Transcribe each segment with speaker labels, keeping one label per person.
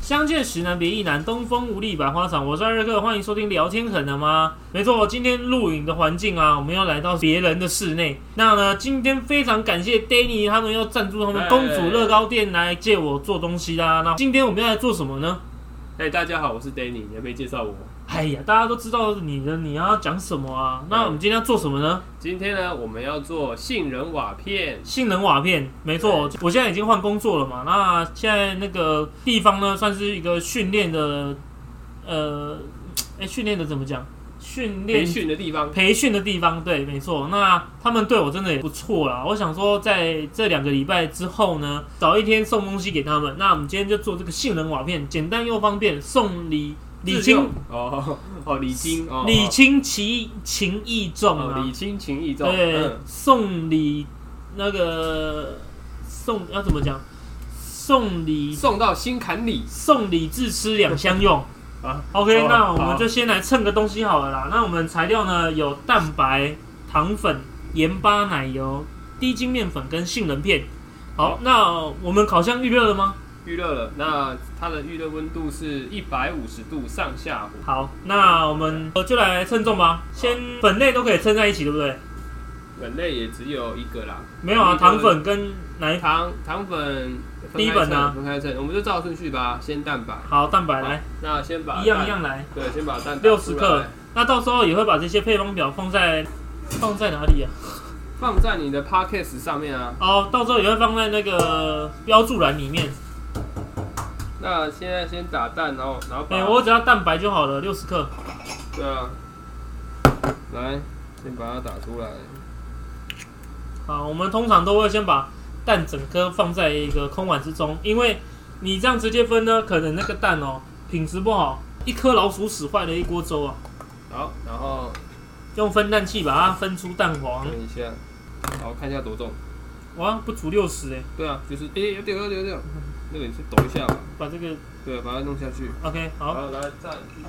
Speaker 1: 相见时难别亦难，东风无力百花长。我是艾瑞克，欢迎收听聊天可能吗？没错，今天录影的环境啊，我们要来到别人的室内。那呢，今天非常感谢 Danny 他们要赞助他们公主乐高店来借我做东西啦。那今天我们要来做什么呢？
Speaker 2: 哎、大家好，我是 Danny，你还没介绍我。
Speaker 1: 哎呀，大家都知道你的，你要讲什么啊？那我们今天要做什么呢？
Speaker 2: 今天呢，我们要做杏仁瓦片，
Speaker 1: 性能瓦片，没错，我现在已经换工作了嘛。那现在那个地方呢，算是一个训练的，呃，哎，训练的怎么讲？训
Speaker 2: 培
Speaker 1: 练
Speaker 2: 训的地方。
Speaker 1: 培训的地方，对，没错。那他们对我真的也不错啦。我想说，在这两个礼拜之后呢，找一天送东西给他们。那我们今天就做这个性能瓦片，简单又方便，送礼礼
Speaker 2: 自
Speaker 1: 轻
Speaker 2: 用哦哦，礼金哦，
Speaker 1: 礼轻其情意重
Speaker 2: 哦
Speaker 1: 啊。
Speaker 2: 礼轻情意重。
Speaker 1: 对
Speaker 2: 嗯，，
Speaker 1: 送礼那个送要怎么讲？送礼
Speaker 2: 送到心坎里
Speaker 1: 送礼自吃两相用。
Speaker 2: 啊。
Speaker 1: OK，、
Speaker 2: 哦
Speaker 1: 那我
Speaker 2: 好
Speaker 1: 们就先来称个东西好了啦。那我们材料呢有蛋白、糖粉、盐巴、奶油、低筋面粉跟杏仁片。好
Speaker 2: 好，
Speaker 1: 那我们烤箱预热了吗？
Speaker 2: 预热了。那它的预热温度是一百五十度上下火。
Speaker 1: 好，那我们呃就来称重吧。先粉类都可以称在一起，对不对？
Speaker 2: 本类也只有一个啦，
Speaker 1: 没有啊，
Speaker 2: 一个
Speaker 1: 糖粉跟奶
Speaker 2: 糖糖粉分开
Speaker 1: 第一本啊
Speaker 2: 称分开称，我们就照顺序吧。先蛋白，
Speaker 1: 好蛋白来，
Speaker 2: 那先把
Speaker 1: 一样
Speaker 2: 蛋
Speaker 1: 一，样来。
Speaker 2: 对，先把蛋打
Speaker 1: 60
Speaker 2: 出来
Speaker 1: 克那到时候也会把这些配方表放在放在哪里啊？
Speaker 2: 放在你的 podcast 上面啊。
Speaker 1: 哦，到时候也会放在那个标注栏里面。
Speaker 2: 那现在先打蛋，然后然后把、
Speaker 1: 对、哎我只要蛋白就好了，六十克。
Speaker 2: 对啊，来，先把它打出来。
Speaker 1: 好，我们通常都会先把蛋整颗放在一个空碗之中，因为你这样直接分呢，可能那个蛋哦品质不好，一颗老鼠屎坏了一锅粥啊。
Speaker 2: 好，然后
Speaker 1: 用分蛋器把它分出蛋黄，
Speaker 2: 等一下，然后看一下多重。
Speaker 1: 哇，不足六十哎，
Speaker 2: 对啊，就是诶，有点有点有点，那个你去抖一下吧。
Speaker 1: 把这个
Speaker 2: 对，啊把它弄下去。
Speaker 1: OK 好，
Speaker 2: 好，来再继续。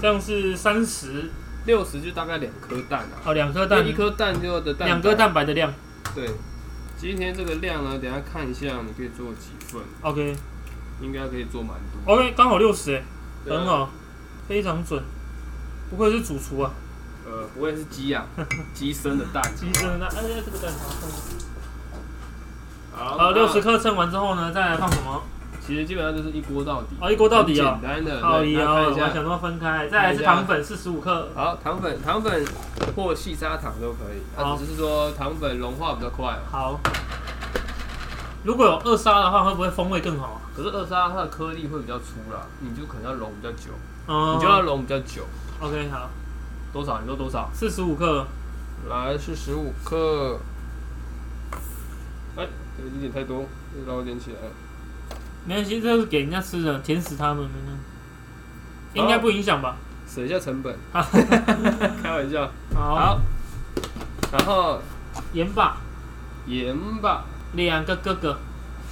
Speaker 1: 这样是三十，
Speaker 2: 六十就大概两颗蛋啊，
Speaker 1: 好两颗
Speaker 2: 那
Speaker 1: 蛋
Speaker 2: 一，颗蛋就的蛋，
Speaker 1: 两颗。蛋白的量
Speaker 2: 对，今天这个量呢，等一下看一下你可以做几份，
Speaker 1: OK
Speaker 2: 应该可以做蛮多。
Speaker 1: OK 刚好六十哎。
Speaker 2: 对啊
Speaker 1: 很。好，非常准，不愧是主厨啊！
Speaker 2: 呃，我也是鸡啊，鸡生的蛋。
Speaker 1: 鸡生的，哎哎，这个蛋好。
Speaker 2: 好
Speaker 1: 好，
Speaker 2: 那
Speaker 1: 六十克称完之后呢，再来放什么？
Speaker 2: 其实基本上就是一锅到底，
Speaker 1: 哦一锅到底啊
Speaker 2: 很简单的。
Speaker 1: 好
Speaker 2: 对
Speaker 1: 油，
Speaker 2: 那
Speaker 1: 我
Speaker 2: 看一
Speaker 1: 想
Speaker 2: 下。
Speaker 1: 说分开，再来是糖粉四十五克，
Speaker 2: 好，糖粉、糖粉或细砂糖都可以，
Speaker 1: 好
Speaker 2: 它只是说糖粉融化比较快哦。
Speaker 1: 好。如果有二砂的话，会不会风味更好啊？
Speaker 2: 可是二砂它的颗粒会比较粗啦，你就可能要融比较久，
Speaker 1: 嗯
Speaker 2: 你就要融比较久，
Speaker 1: OK 好，
Speaker 2: 多少？你说多少？
Speaker 1: 四十五克，
Speaker 2: 来是十五克。哎，这个有点太多，又捞一点起来了。
Speaker 1: 没关系，这是给人家吃的，甜死他们了呢。应该不影响吧？
Speaker 2: 省一下 成本，
Speaker 1: 好，
Speaker 2: 开玩笑。
Speaker 1: 好
Speaker 2: 好，然后
Speaker 1: 盐巴。
Speaker 2: 盐吧，
Speaker 1: 两个哥哥，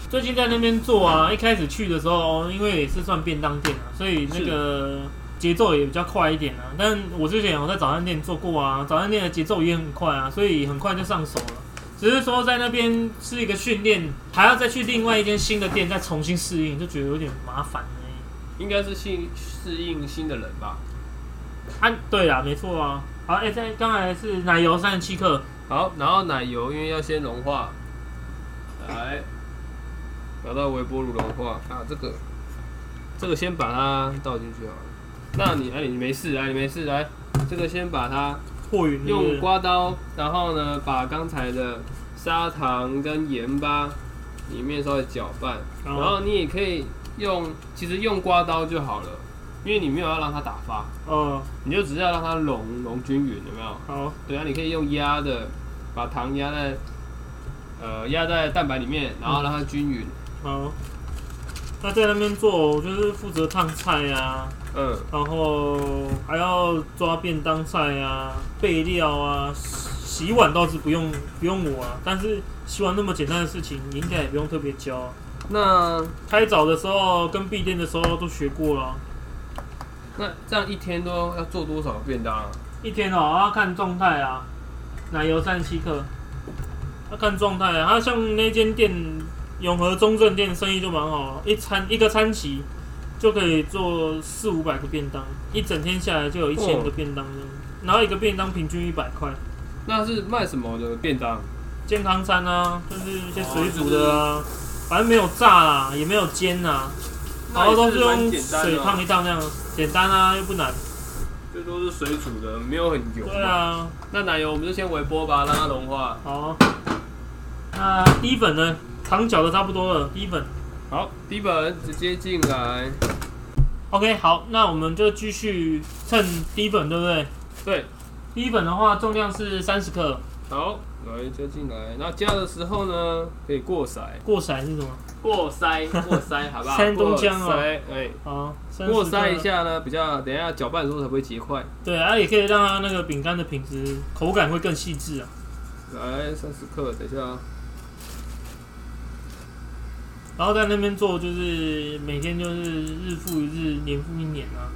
Speaker 1: 最近在那边做啊。一开始去的时候，哦因为也是算便当店啊，所以那个节奏也比较快一点啊。但我之前有在早餐店做过啊，早餐店的节奏也很快啊，所以很快就上手了。只是说在那边是一个训练，还要再去另外一间新的店再重新适应，就觉得有点麻烦而已。
Speaker 2: 应该是适适应新的人吧。
Speaker 1: 啊，对啦，没错啊。好，哎、在刚才是奶油三十七克，
Speaker 2: 好，然后奶油因为要先融化，来，把到微波炉融化啊，这个，这个先把它倒进去好了。那你哎，你没事啊，你没事来，这个先把它
Speaker 1: 破云是不是
Speaker 2: 用刮刀，然后呢，把刚才的砂糖跟盐巴里面稍微搅拌，
Speaker 1: 好
Speaker 2: 然后你也可以用，其实用刮刀就好了，因为你没有要让它打发，
Speaker 1: 哦，
Speaker 2: 你就只是要让它融融均匀，有没有？
Speaker 1: 好，
Speaker 2: 对啊，你可以用压的，把糖压在，呃，压在蛋白里面，然后让它均匀。
Speaker 1: 好。那在那边做，我就是负责烫菜啊，
Speaker 2: 嗯，
Speaker 1: 然后还要抓便当菜啊、备料啊、洗洗碗倒是不用不用我啊，但是洗碗那么简单的事情，你应该也不用特别教啊。
Speaker 2: 那
Speaker 1: 开早的时候跟闭店的时候都学过了啊，
Speaker 2: 那这样一天都要做多少个便当啊？
Speaker 1: 一天哦要看状态啊，奶油三十七克，要看状态啊。哦它像那间店永和中正店生意就蛮好啊，一餐一个餐期就可以做四五百个便当，一整天下来就有一千个便当这样，然后一个便当平均一百块。
Speaker 2: 那是卖什么的便当？
Speaker 1: 健康餐啊，就是一些水煮的啊，反正没有炸啦，也没有煎啦，然后哦都是用水烫一烫那样，简单啊又不难。
Speaker 2: 啊这都是水煮的，没有很油。
Speaker 1: 对，啊，
Speaker 2: 嗯那奶油我们就先微波吧，让它融化。
Speaker 1: 好。那低粉呢？糖搅的差不多了，低粉。
Speaker 2: 好，低本直接进来。
Speaker 1: OK，好，那我们就继续称低粉，对不对？
Speaker 2: 对，
Speaker 1: 低粉的话重量是三十克，
Speaker 2: 好，来加进来。那加的时候呢，可以过筛，
Speaker 1: 过筛是什么？
Speaker 2: 过筛，过筛，好不好？
Speaker 1: 山东姜啊
Speaker 2: 过筛哎，
Speaker 1: 好，30克
Speaker 2: 过筛一。下呢，比较等一下搅拌的时候才不会结块。
Speaker 1: 对啊，也可以让它那个饼干的品质、口感会更细致啊。
Speaker 2: 来，三十克，等一下啊。
Speaker 1: 然后在那边做，就是每天就是日复一日，年复一年啊。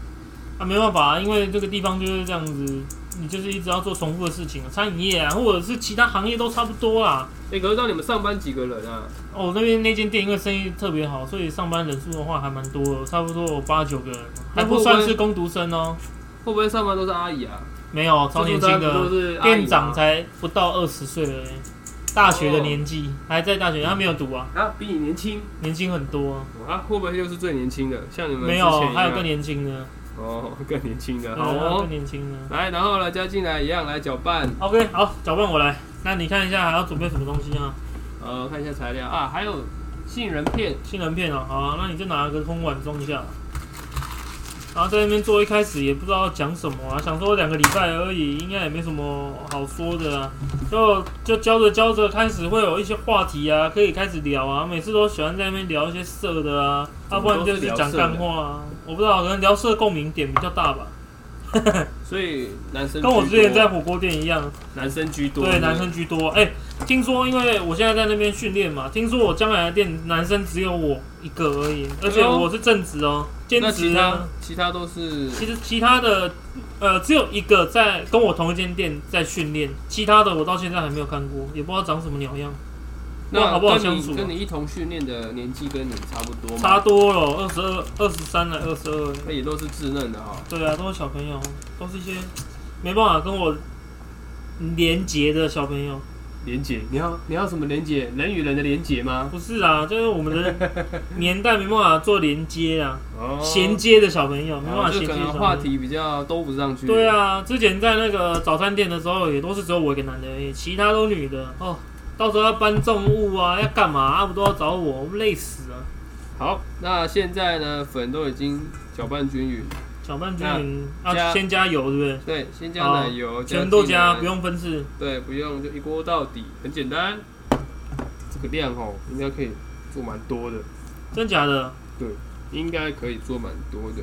Speaker 1: 啊，没办法、啊，因为这个地方就是这样子，你就是一直要做重复的事情、啊，餐饮业啊，或者是其他行业都差不多啊啦。
Speaker 2: 哎，可是到你们上班几个人啊？
Speaker 1: 哦，那边那间店因为生意特别好，所以上班人数的话还蛮多的，差不多有八九个人，还不算是工读生哦。
Speaker 2: 会不会上班都是阿姨啊？
Speaker 1: 没有，超年轻
Speaker 2: 自助餐不都
Speaker 1: 的，
Speaker 2: 是阿姨啊吗
Speaker 1: 店长才不到二十岁而已，大学的年纪、
Speaker 2: 哦
Speaker 1: 还在大学，他没有读啊，
Speaker 2: 啊，比你年轻。
Speaker 1: 年轻很多啊、
Speaker 2: 啊，会不会又是最年轻的？像你们
Speaker 1: 没
Speaker 2: 之
Speaker 1: 有
Speaker 2: 前，一
Speaker 1: 还有
Speaker 2: 样
Speaker 1: 更年轻的，
Speaker 2: 哦，更年轻的，
Speaker 1: 对
Speaker 2: 好
Speaker 1: 还有
Speaker 2: 哦
Speaker 1: 嗯更。年轻的。
Speaker 2: 来，然后呢，加进来一样来搅拌。
Speaker 1: OK，好，搅拌我来。那你看一下还要准备什么东西啊？
Speaker 2: 呃，看一下材料啊，还有杏仁片。
Speaker 1: 杏仁片哦，好啊、那你就拿个空碗装一下。然后在那边做，一开始也不知道讲什么啊，想说两个礼拜而已，应该也没什么好说的啊。就就教着教着，开始会有一些话题啊，可以开始聊啊。每次都喜欢在那边聊一些色的啊，要、不然就是讲干话啊。我不知道，可能聊色共鸣点比较大吧，
Speaker 2: 所以男生
Speaker 1: 跟我
Speaker 2: 居
Speaker 1: 之前
Speaker 2: 多
Speaker 1: 在火锅店一样。
Speaker 2: 男生居多，
Speaker 1: 对，男生居多。哎、听说因为我现在在那边训练嘛，听说我将来的店男生只有我一个而已，而且我是正职哦，兼
Speaker 2: 哎那其
Speaker 1: 职
Speaker 2: 他
Speaker 1: 啊。
Speaker 2: 其他都是
Speaker 1: 其实其他的，呃，只有一个在跟我同一间店在训练，其他的我到现在还没有看过，也不知道长什么鸟样，不知道
Speaker 2: 那
Speaker 1: 好不好
Speaker 2: 跟
Speaker 1: 相
Speaker 2: 你
Speaker 1: 处啊
Speaker 2: 跟你一同训练的年纪跟你差不多
Speaker 1: 差
Speaker 2: 嘛，
Speaker 1: 多了，二十二、二十三了，二十二。欸
Speaker 2: 那也都是稚嫩的哈、
Speaker 1: 对啊，都是小朋友，都是一些没办法跟我连结的小朋友。
Speaker 2: 连结，你要你要什么连结？人与人的连结吗？
Speaker 1: 不是啊，就是我们的年代没办法做连接啊。
Speaker 2: 哦
Speaker 1: 衔接的小朋友，没办
Speaker 2: 然后
Speaker 1: 法
Speaker 2: 就
Speaker 1: 衔接的
Speaker 2: 哦可
Speaker 1: 小
Speaker 2: 能
Speaker 1: 朋友
Speaker 2: 话。题比较兜不上去。
Speaker 1: 对，啊，之前在那个早餐店的时候，也都是只有我一个男的而已，其他都女的哦。到时候要搬重物啊，要干嘛啊，不都要找我，我们累死了。
Speaker 2: 好，那现在呢，粉都已经搅拌均匀，
Speaker 1: 搅拌均匀，
Speaker 2: 那
Speaker 1: 要
Speaker 2: 加
Speaker 1: 先加油，对不对？
Speaker 2: 对，先加
Speaker 1: 好
Speaker 2: 奶油，
Speaker 1: 全都
Speaker 2: 进
Speaker 1: 加，
Speaker 2: 来
Speaker 1: 不，用分次。
Speaker 2: 对，不用就一锅到底，很简单。这个量哦，应该可以做蛮多的，
Speaker 1: 真假的？
Speaker 2: 应该可以做蛮多的。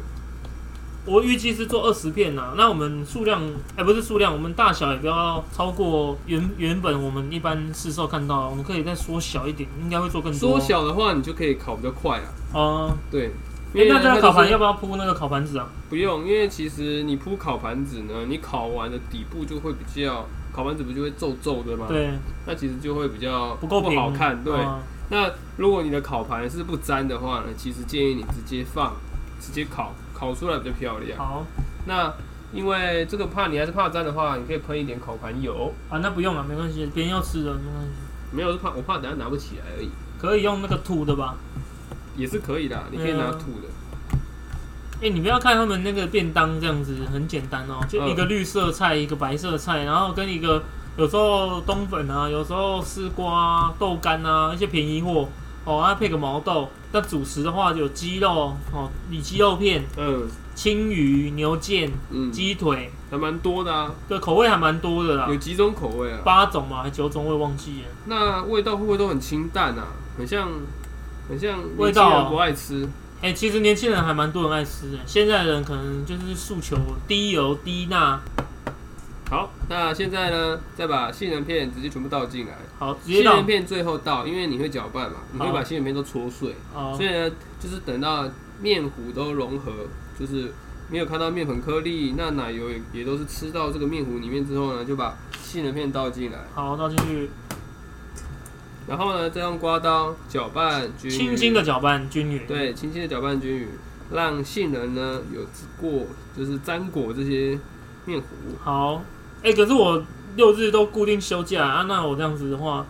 Speaker 1: 我预计是做二十片呐、啊那我们数量，哎、不是数量，我们大小也不要超过原原本我们一般市售看到的，我们可以再缩小一点，应该会做更多。
Speaker 2: 缩小的话，你就可以烤比较快啊。
Speaker 1: 哦、
Speaker 2: 对，
Speaker 1: 哎、那这个
Speaker 2: 它就是
Speaker 1: 烤盘要不要铺那个烤盘子啊？
Speaker 2: 不用，因为其实你铺烤盘子呢，你烤完的底部就会比较，烤盘子不就会皱皱的吗？，
Speaker 1: 对，
Speaker 2: 那其实就会比较
Speaker 1: 不够
Speaker 2: 不
Speaker 1: 平
Speaker 2: 好看。对，
Speaker 1: 啊
Speaker 2: 那如果你的烤盘是不粘的话呢，其实建议你直接放，直接烤，烤出来比较漂亮。
Speaker 1: 好
Speaker 2: 那因为这个怕你还是怕粘的话，你可以喷一点烤盘油，
Speaker 1: 啊，那不用了，没关系，别人要吃的没关系，
Speaker 2: 没有是怕我怕等下拿不起来而已，
Speaker 1: 可以用那个土的吧？
Speaker 2: 也是可以的啊，你可以拿
Speaker 1: 嗯
Speaker 2: 土的。
Speaker 1: 哎、你不要看他们那个便当这样子，很简单哦、就
Speaker 2: 嗯
Speaker 1: 一个绿色菜，一个白色菜，然后跟一个有时候冬粉啊，有时候丝瓜、啊、豆干啊，一些便宜货哦，啊配个毛豆。那主食的话就有鸡肉哦，里脊肉片、
Speaker 2: 嗯
Speaker 1: 青鱼、牛腱、
Speaker 2: 嗯，
Speaker 1: 鸡腿，
Speaker 2: 还蛮多的啊，
Speaker 1: 对，口味还蛮多的啦
Speaker 2: 有，几种口味啊。
Speaker 1: 八种嘛，还九种，我也忘记了。
Speaker 2: 那味道会不会都很清淡啊？很像，很像年轻
Speaker 1: 味道
Speaker 2: 人
Speaker 1: 啊
Speaker 2: 不爱吃。
Speaker 1: 哎、其实年轻人还蛮多人爱吃的，现在的人可能就是诉求低油低钠，
Speaker 2: 好，那现在呢，再把杏仁片直接全部倒进来。
Speaker 1: 好直接
Speaker 2: 杏
Speaker 1: 到
Speaker 2: 仁片最后倒，因为你会搅拌嘛，你会
Speaker 1: 好
Speaker 2: 把杏仁片都搓碎，
Speaker 1: 哦
Speaker 2: 所以呢，就是等到面糊都融合，就是没有看到面粉颗粒，那奶油也也都是吃到这个面糊里面之后呢，就把杏仁片倒进来，
Speaker 1: 好倒进去，
Speaker 2: 然后呢，再用刮刀搅拌均匀，
Speaker 1: 轻轻的搅拌均匀。
Speaker 2: 对，轻轻的搅拌均匀。让杏仁呢有过就是沾裹这些面糊。
Speaker 1: 好，哎、可是我六日都固定休假啊，那我这样子的话，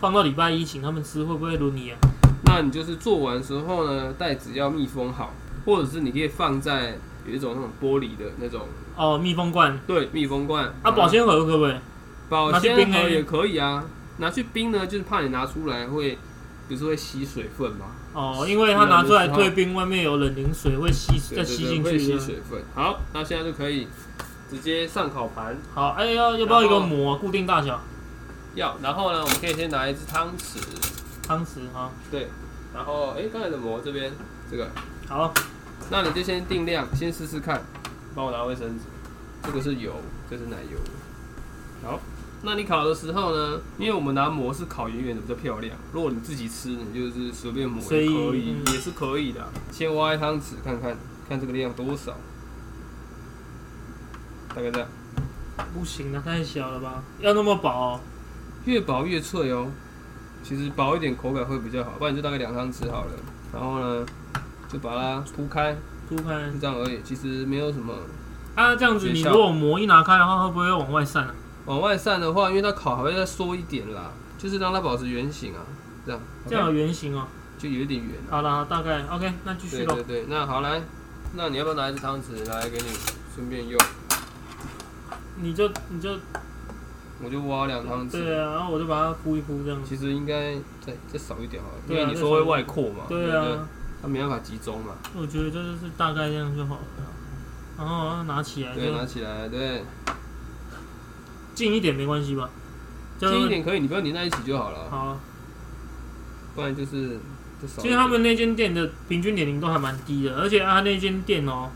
Speaker 1: 放到礼拜一请他们吃，会不会轮你啊？
Speaker 2: 那你就是做完之后呢，袋子要密封好，或者是你可以放在有一种那种玻璃的那种，
Speaker 1: 哦，密封罐
Speaker 2: 对，密封罐。
Speaker 1: 啊，保鲜盒可不可以？
Speaker 2: 保
Speaker 1: 拿去
Speaker 2: 鲜
Speaker 1: 冰
Speaker 2: 盒
Speaker 1: 呢
Speaker 2: 也可以啊，拿去冰呢，就是怕你拿出来会，不是会吸水分嘛？
Speaker 1: 哦，因为它拿出来退冰，外面有冷凝水会吸
Speaker 2: 啊对
Speaker 1: 再
Speaker 2: 对
Speaker 1: 吸
Speaker 2: 对
Speaker 1: 进
Speaker 2: 会
Speaker 1: 去
Speaker 2: 吸
Speaker 1: 的。
Speaker 2: 水分。好，那现在就可以直接上烤盘。
Speaker 1: 好，哎、要要不要一
Speaker 2: 然
Speaker 1: 个
Speaker 2: 后
Speaker 1: 膜固定大小？
Speaker 2: 要，然后呢，我们可以先拿一支汤匙，
Speaker 1: 汤匙哈，
Speaker 2: 对，然后哎，刚才的膜这边这个，
Speaker 1: 好，
Speaker 2: 那你就先定量，先试试看。帮我拿卫生纸，这个是油，这是奶油。好，那你烤的时候呢，因为我们拿膜是烤圆圆的比较漂亮，如果你自己吃，你就是随便抹
Speaker 1: 随
Speaker 2: 也
Speaker 1: 意
Speaker 2: 可以，
Speaker 1: 嗯
Speaker 2: 也是可以的。先挖一汤匙看看，看这个量多少，大概这样，
Speaker 1: 不行
Speaker 2: 啊
Speaker 1: 了，太小了吧？要那么薄哦、
Speaker 2: 越薄越脆哦。其实薄一点口感会比较好，不然就大概两汤匙好了。然后呢，就把它铺开，
Speaker 1: 铺开
Speaker 2: 就这样而已。其实没有什么
Speaker 1: 啊，这样子你
Speaker 2: 学校
Speaker 1: 如果膜一拿开的话，会不会往外散啊？
Speaker 2: 往外散的话，因为它烤还会再缩一点啦，就是让它保持圆形啊，这样
Speaker 1: 这样
Speaker 2: OK？
Speaker 1: 有圆形哦。
Speaker 2: 就有一点圆啊。
Speaker 1: 好啦，大概 OK，那继续
Speaker 2: 对
Speaker 1: 咯。
Speaker 2: 对对，那好来，那你要不要拿一支汤匙来给你顺便用？
Speaker 1: 你就你就
Speaker 2: 我就挖两汤匙，
Speaker 1: 对啊，然后我就把它铺一铺这样。
Speaker 2: 其实应该再再少一点好了，因
Speaker 1: 对啊
Speaker 2: 为你说会外扩嘛，
Speaker 1: 对
Speaker 2: 不对
Speaker 1: 啊，
Speaker 2: 它没办法集中嘛。
Speaker 1: 我觉得这就是大概这样就好了。然后拿起来
Speaker 2: 对，拿
Speaker 1: 就
Speaker 2: 起来，对，
Speaker 1: 近一点没关系吧？就
Speaker 2: 近一点可以，你不要粘在一起就好了，
Speaker 1: 好。啊
Speaker 2: 不然就是就少一点。
Speaker 1: 其实他们那间店的平均年龄都还蛮低的，而且他那间店哦、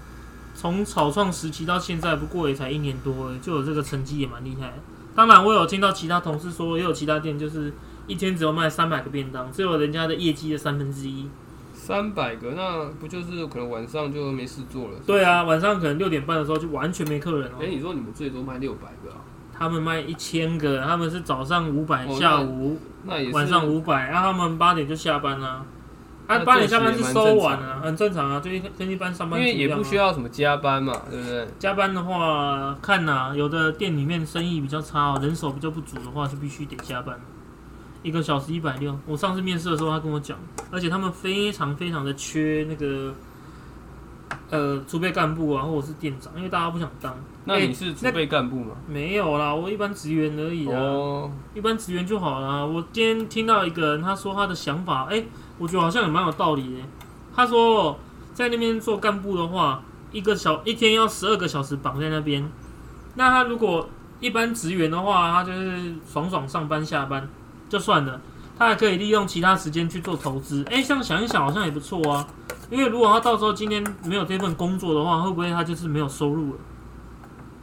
Speaker 1: 从草创时期到现在，不过也才一年多而已，就有这个成绩也蛮厉害的。当然，我有听到其他同事说，也有其他店就是一天只有卖三百个便当，只有人家的业绩的三分之一。
Speaker 2: 三百个，那不就是可能晚上就没事做了？是不是
Speaker 1: 对。啊，晚上可能六点半的时候就完全没客人哦、
Speaker 2: 哎，你说你们最多卖六百个啊？
Speaker 1: 他们卖一千个，他们是早上五百、
Speaker 2: 哦
Speaker 1: 下午
Speaker 2: 那也是
Speaker 1: 晚上五百，啊然后他们八点就下班啦、啊。
Speaker 2: 那
Speaker 1: 八点下班
Speaker 2: 作
Speaker 1: 是
Speaker 2: 息也蛮
Speaker 1: 收
Speaker 2: 正
Speaker 1: 完
Speaker 2: 常
Speaker 1: 啊，很正常啊，就一跟一般上班
Speaker 2: 因
Speaker 1: 族
Speaker 2: 为
Speaker 1: 一
Speaker 2: 也
Speaker 1: 样
Speaker 2: 不
Speaker 1: 啊
Speaker 2: 需要什么加班嘛，对不对？
Speaker 1: 加班的话，看呐、有的店里面生意比较差、哦，人手比较不足的话，就必须得加班。一个小时一百六，我上次面试的时候，他跟我讲，而且他们非常非常的缺那个，呃，储备干部啊，或者是店长，因为大家不想当。
Speaker 2: 那
Speaker 1: 哎
Speaker 2: 你是储
Speaker 1: 那
Speaker 2: 备干部吗？
Speaker 1: 没有啦，我一般职员而已啊啦，
Speaker 2: 哦，
Speaker 1: 一般职员就好啦。我今天听到一个人他说他的想法，哎、我觉得好像也蛮有道理的。他说在那边做干部的话，一个小一天要十二个小时绑在那边。那他如果一般职员的话，他就是爽爽上班下班就算了，他还可以利用其他时间去做投资。哎、这样想一想好像也不错啊。因为如果他到时候今天没有这份工作的话，会不会他就是没有收入了？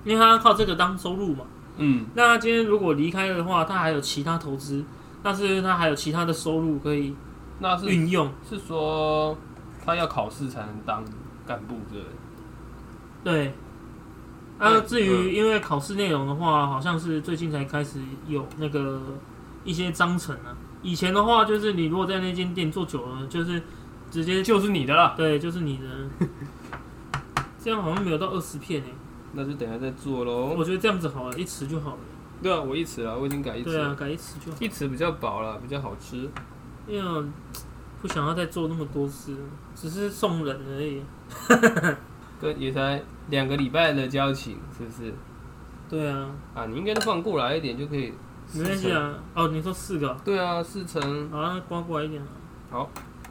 Speaker 1: 因为他要靠这个当收入嘛。
Speaker 2: 嗯，
Speaker 1: 那他今天如果离开的话，他还有其他投资，但是他还有其他的收入可以
Speaker 2: 那是
Speaker 1: 运用。
Speaker 2: 是说他要考试才能当干部，对不对？
Speaker 1: 对。啊，至于因为考试内容的话，好像是最近才开始有那个一些章程啊。以前的话，就是你如果在那间店做久了，就是直接
Speaker 2: 就是你的啦，
Speaker 1: 对，就是你的。这样好像没有到二十片诶、欸
Speaker 2: 那就等一下再做喽。
Speaker 1: 我觉得这样子好了，一匙就好了。
Speaker 2: 对啊，我一匙啊，我已经改一匙
Speaker 1: 对啊，
Speaker 2: 了，
Speaker 1: 改一匙就好，
Speaker 2: 一匙比较薄了，比较好吃。
Speaker 1: 因为我不想要再做那么多次，只是送人而已。
Speaker 2: 跟也才两个礼拜的交情，是不是？
Speaker 1: 对啊，
Speaker 2: 啊，你应该放过来一点就可以。
Speaker 1: 没关系啊。哦，你说四个，
Speaker 2: 对啊，四乘
Speaker 1: 好，那刮过来一点啊。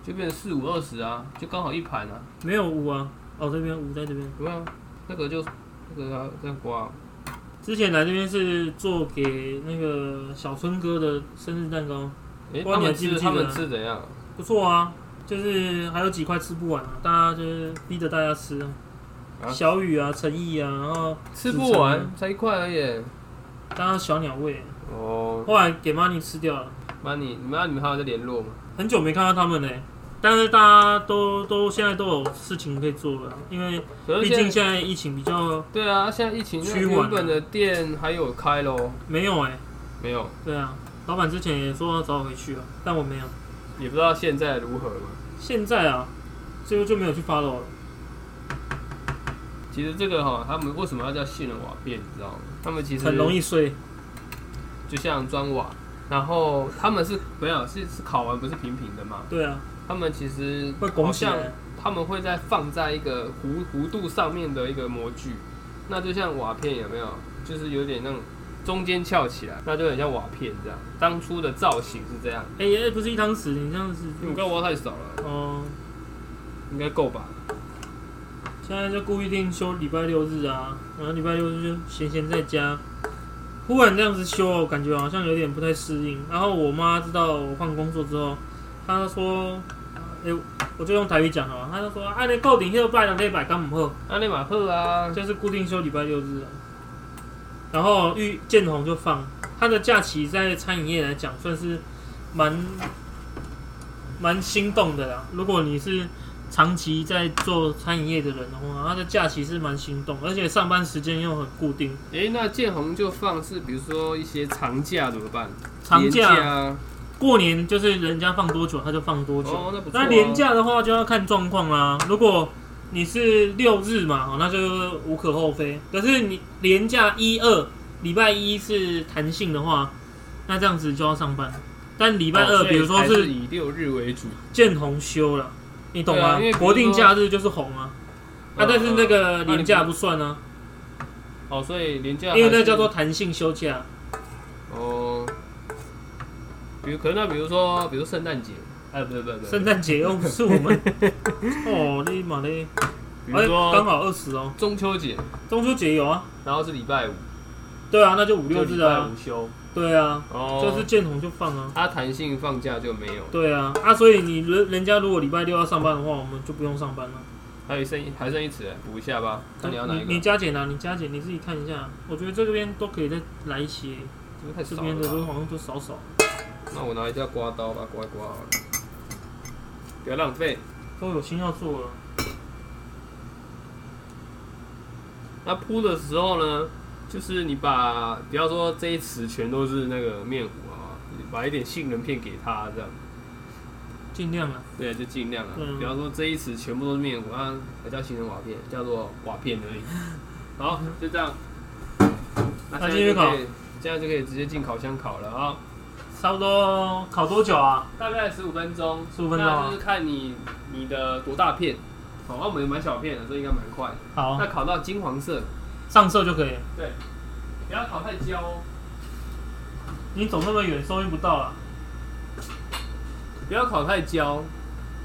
Speaker 2: 就变成四五二十啊，就刚好一盘啊。
Speaker 1: 没有五啊，哦这边五在这边。
Speaker 2: 有没有？那个就那个啊这样刮，
Speaker 1: 之前来这边是做给那个小春哥的生日蛋糕，
Speaker 2: 哎，
Speaker 1: 不知道
Speaker 2: 他
Speaker 1: 你还
Speaker 2: 们
Speaker 1: 记不
Speaker 2: 吃
Speaker 1: 记
Speaker 2: 他
Speaker 1: 得
Speaker 2: 们吃怎样？
Speaker 1: 不错啊，就是还有几块吃不完啊，大家就是逼着大家吃啊。
Speaker 2: 啊
Speaker 1: 小雨啊，陈毅啊，然后
Speaker 2: 吃不完，才一块而已。
Speaker 1: 刚刚小鸟胃，
Speaker 2: 哦，
Speaker 1: 后来给 money 吃掉了，
Speaker 2: 妈你你们你们还有在联络吗？
Speaker 1: 很久没看到他们嘞、但是大家都都现在都有事情可以做了，因为
Speaker 2: 可
Speaker 1: 毕
Speaker 2: 是
Speaker 1: 竟
Speaker 2: 现
Speaker 1: 现
Speaker 2: 在
Speaker 1: 在疫情比较
Speaker 2: 对啊，现在疫情，那
Speaker 1: 趋缓
Speaker 2: 原本的店还有开喽？
Speaker 1: 没有哎、
Speaker 2: 没有，
Speaker 1: 对啊，老板之前也说要找我回去啊，但我没有。
Speaker 2: 也不知道现在如何嘛。
Speaker 1: 现在啊，最后就没有去 follow 了。
Speaker 2: 其实这个哈、他们为什么要叫杏仁瓦片，你知道吗？他们其实
Speaker 1: 很容易碎。
Speaker 2: 就像砖瓦，然后他们是没有是是烤完不是平平的嘛？
Speaker 1: 对啊，
Speaker 2: 他们其实
Speaker 1: 会拱
Speaker 2: 好
Speaker 1: 起
Speaker 2: 像
Speaker 1: 来。
Speaker 2: 他们会在放在一个弧弧度上面的一个模具，那就像瓦片有没有？就是有点那种中间翘起来，那就很像瓦片这样。当初的造型是这样，
Speaker 1: 哎、哎、不是一汤匙，你这样子，
Speaker 2: 因为我刚挖太少了，
Speaker 1: 哦、
Speaker 2: 应该够吧？
Speaker 1: 现在就固定休礼拜六日啊，然后礼拜六日就闲闲在家，忽然这样子休，我感觉好像有点不太适应。然后我妈知道我换工作之后，她说：“哎、我就用台语讲好了。”她就说：“啊，你固定休拜六礼拜干唔好，
Speaker 2: 那你马赫啊，
Speaker 1: 就是固定休礼拜六日、啊。”然后遇见红就放，她的假期在餐饮业来讲算是蛮蛮心动的啦。如果你是长期在做餐饮业的人的话，他的假期是蛮心动，而且上班时间又很固定。
Speaker 2: 诶，那建红就放是，比如说一些长假怎么办？
Speaker 1: 长
Speaker 2: 年
Speaker 1: 假
Speaker 2: 啊，
Speaker 1: 过年就是人家放多久他就放多久。
Speaker 2: 哦，那不错、啊。
Speaker 1: 那年假的话就要看状况啦。如果你是六日嘛，哦那就无可厚非。可是你年假一二礼拜一是弹性的话，那这样子就要上班。但礼
Speaker 2: 礼
Speaker 1: 拜二，比如说是
Speaker 2: 哦以六日为主，
Speaker 1: 见红休了，你懂
Speaker 2: 对啊
Speaker 1: 吗
Speaker 2: 因为比？如说
Speaker 1: 国定假日就是红啊，啊，但是那个年假不
Speaker 2: 是
Speaker 1: 算啊。
Speaker 2: 哦，所以年假还是
Speaker 1: 因为那叫做弹性休假。
Speaker 2: 哦，比如可能那比如说，比如圣诞节，哎，不对不对不对，
Speaker 1: 圣诞节又不是我们， 哦，你妈嘞！
Speaker 2: 比如
Speaker 1: 哎，刚
Speaker 2: 说
Speaker 1: 好二十哦，
Speaker 2: 中秋节，
Speaker 1: 中秋节有啊，
Speaker 2: 然后是礼拜五，
Speaker 1: 对啊，那就五六
Speaker 2: 就
Speaker 1: 日
Speaker 2: 礼拜
Speaker 1: 啊
Speaker 2: 五，休，
Speaker 1: 对啊，
Speaker 2: 哦，
Speaker 1: 就是见红就放啊，
Speaker 2: 它弹性放假就没有，
Speaker 1: 对啊，啊，所以你人人家如果礼拜六要上班的话，我们就不用上班了。
Speaker 2: 还有剩一还剩一词，补一下吧，看你要哪一
Speaker 1: 你
Speaker 2: 个，
Speaker 1: 你加减啊，你加减你自己看一下，我觉得这边都可以再来一些，
Speaker 2: 这个太
Speaker 1: 这
Speaker 2: 少
Speaker 1: 边的
Speaker 2: 了
Speaker 1: 都
Speaker 2: 吧，
Speaker 1: 好像都少少，
Speaker 2: 那我拿一下刮刀把它刮一刮好了，不要浪费。
Speaker 1: 都有心要做了。
Speaker 2: 那铺的时候呢，就是你把不要说这一池全都是那个面糊啊，你把一点杏仁片给它这样。
Speaker 1: 尽量啊，
Speaker 2: 对，就尽量啊，
Speaker 1: 嗯
Speaker 2: 比方说这一次全部都是面糊，啊，不叫形成瓦片，叫做瓦片 而已。好，就这样。
Speaker 1: 那
Speaker 2: 那
Speaker 1: 进去
Speaker 2: 现在就
Speaker 1: 烤
Speaker 2: 可以，这样就可以直接进烤箱烤了啊。
Speaker 1: 差不多烤多久啊？
Speaker 2: 大概十五分钟，
Speaker 1: 15分钟啊
Speaker 2: 那就是看你你的多大片。好，那我们蛮小片的，所以应该蛮快的。
Speaker 1: 好
Speaker 2: 那，烤到金黄色，
Speaker 1: 上色就可以了。
Speaker 2: 哦对，不要烤太焦哦，
Speaker 1: 你走那么远，收音不到了。啊
Speaker 2: 不要烤太焦，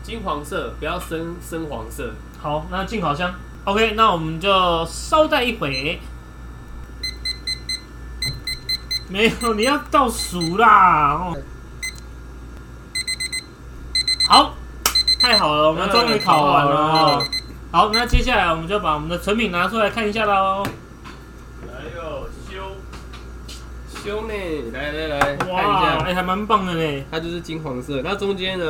Speaker 2: 金黄色，不要深深黄色。
Speaker 1: 好，那进烤箱。OK，那我们就稍待一会。没有，你要倒数啦！哦，好，太好了，我们终于烤完了
Speaker 2: 啊
Speaker 1: 哦。好，那接下来我们就把我们的成品拿出来看一下喽。
Speaker 2: 来哟，修修呢，来来来，看一
Speaker 1: 哇，
Speaker 2: 下
Speaker 1: 哎、。还蛮棒的呢，
Speaker 2: 它就是金黄色。那中间呢，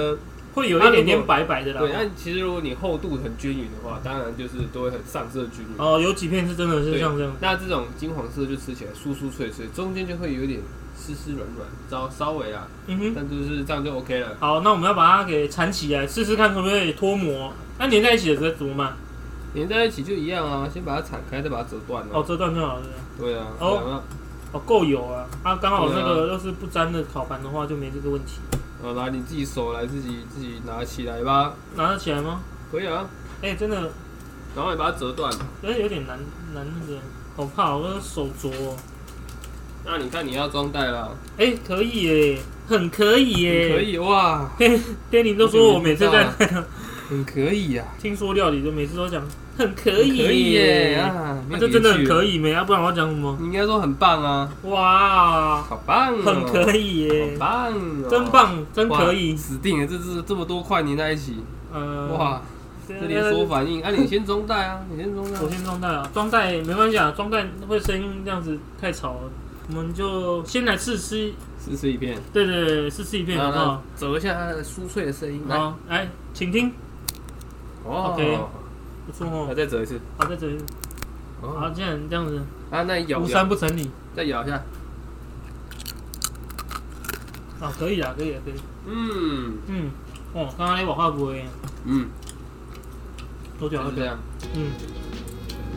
Speaker 1: 会有一点点白白的啦。
Speaker 2: 对，但其实如果你厚度很均匀的话，当然就是都会很上色均匀。
Speaker 1: 哦，有几片是真的是
Speaker 2: 对
Speaker 1: 像这样。
Speaker 2: 那这种金黄色就吃起来酥酥脆脆，中间就会有点湿湿软软，稍稍微啦，
Speaker 1: 嗯哼。
Speaker 2: 但就是这样就 OK 了。
Speaker 1: 好，那我们要把它给缠起来，试试看可不可以脱模。那粘在一起的时候怎么办？
Speaker 2: 连在一起就一样啊，先把它铲开，再把它折断
Speaker 1: 哦
Speaker 2: 啊。，
Speaker 1: 这段就好了。对不对
Speaker 2: 对啊，
Speaker 1: 哦
Speaker 2: 然后
Speaker 1: 哦，够油啊！啊，刚好那
Speaker 2: 对
Speaker 1: 个要是不沾的烤盘的话，就没这个问题。
Speaker 2: 呃，来你自己手来，自己自己拿起来吧，
Speaker 1: 拿得起来吗？
Speaker 2: 可以啊。
Speaker 1: 哎、真的，
Speaker 2: 然后你把它折断，
Speaker 1: 哎，有点难难那个，好怕我的手镯、哦。
Speaker 2: 那你看你要装袋啦，
Speaker 1: 哎、可以耶，很可以耶。
Speaker 2: 很可。以哇，
Speaker 1: Danny 都说我每次在
Speaker 2: 我，很可以呀、啊，
Speaker 1: 听说料理就每次都讲很可以耶，
Speaker 2: 可以耶啊，
Speaker 1: 那、这真的很可
Speaker 2: 以，
Speaker 1: 以没？啊，不然我要讲什么？
Speaker 2: 你应该说很棒啊。
Speaker 1: 哇，
Speaker 2: 好棒、哦，
Speaker 1: 很可以耶
Speaker 2: 好，棒、哦，
Speaker 1: 真，棒，真可以。
Speaker 2: 死定了！这这这么多块粘在一起，
Speaker 1: 呃，
Speaker 2: 哇，
Speaker 1: 这
Speaker 2: 这连锁反应，啊，你先中 带啊，你先中带
Speaker 1: 我，先装袋啊，装袋没关系啊，装袋会声音这样子太吵了，我们就先来试吃，
Speaker 2: 试吃一遍，
Speaker 1: 对对对，试吃一遍好不好
Speaker 2: 那？折一下它的酥脆的声音，来，
Speaker 1: 好，来，请听，嗯
Speaker 2: 哦
Speaker 1: OK 不错
Speaker 2: 那
Speaker 1: 哦，
Speaker 2: 再折一次，
Speaker 1: 好在这里，好，
Speaker 2: 哦，
Speaker 1: 既然这样子，
Speaker 2: 啊，那你咬
Speaker 1: 无
Speaker 2: 咬
Speaker 1: 三，不成理
Speaker 2: 再咬一下，
Speaker 1: 啊，可以啊，可以啊，可以，
Speaker 2: 嗯
Speaker 1: 嗯，哦，刚刚那瓦化不会，
Speaker 2: 嗯，
Speaker 1: 多久啊
Speaker 2: 就
Speaker 1: 了
Speaker 2: 是？这样，
Speaker 1: 嗯，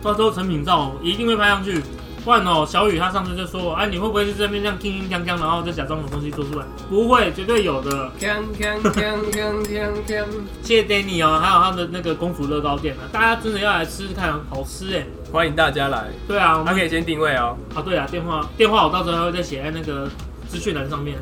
Speaker 1: 到时候成品照一定会拍上去。不然哦，小雨他上次就说，哎、你会不会是这边这样叮叮当当，然后再假装有东西做出来？不会，绝对有的。
Speaker 2: 锵锵锵锵锵锵！
Speaker 1: 谢谢 Danny 哦，还有他的那个功夫乐高店啊，大家真的要来吃吃看啊，好吃哎、
Speaker 3: 欢迎大家来，
Speaker 1: 对啊，我
Speaker 3: 他
Speaker 1: 们
Speaker 3: 可以先定位哦。
Speaker 1: 啊对啊，电话电话我到时候还会再写在那个资讯栏上面。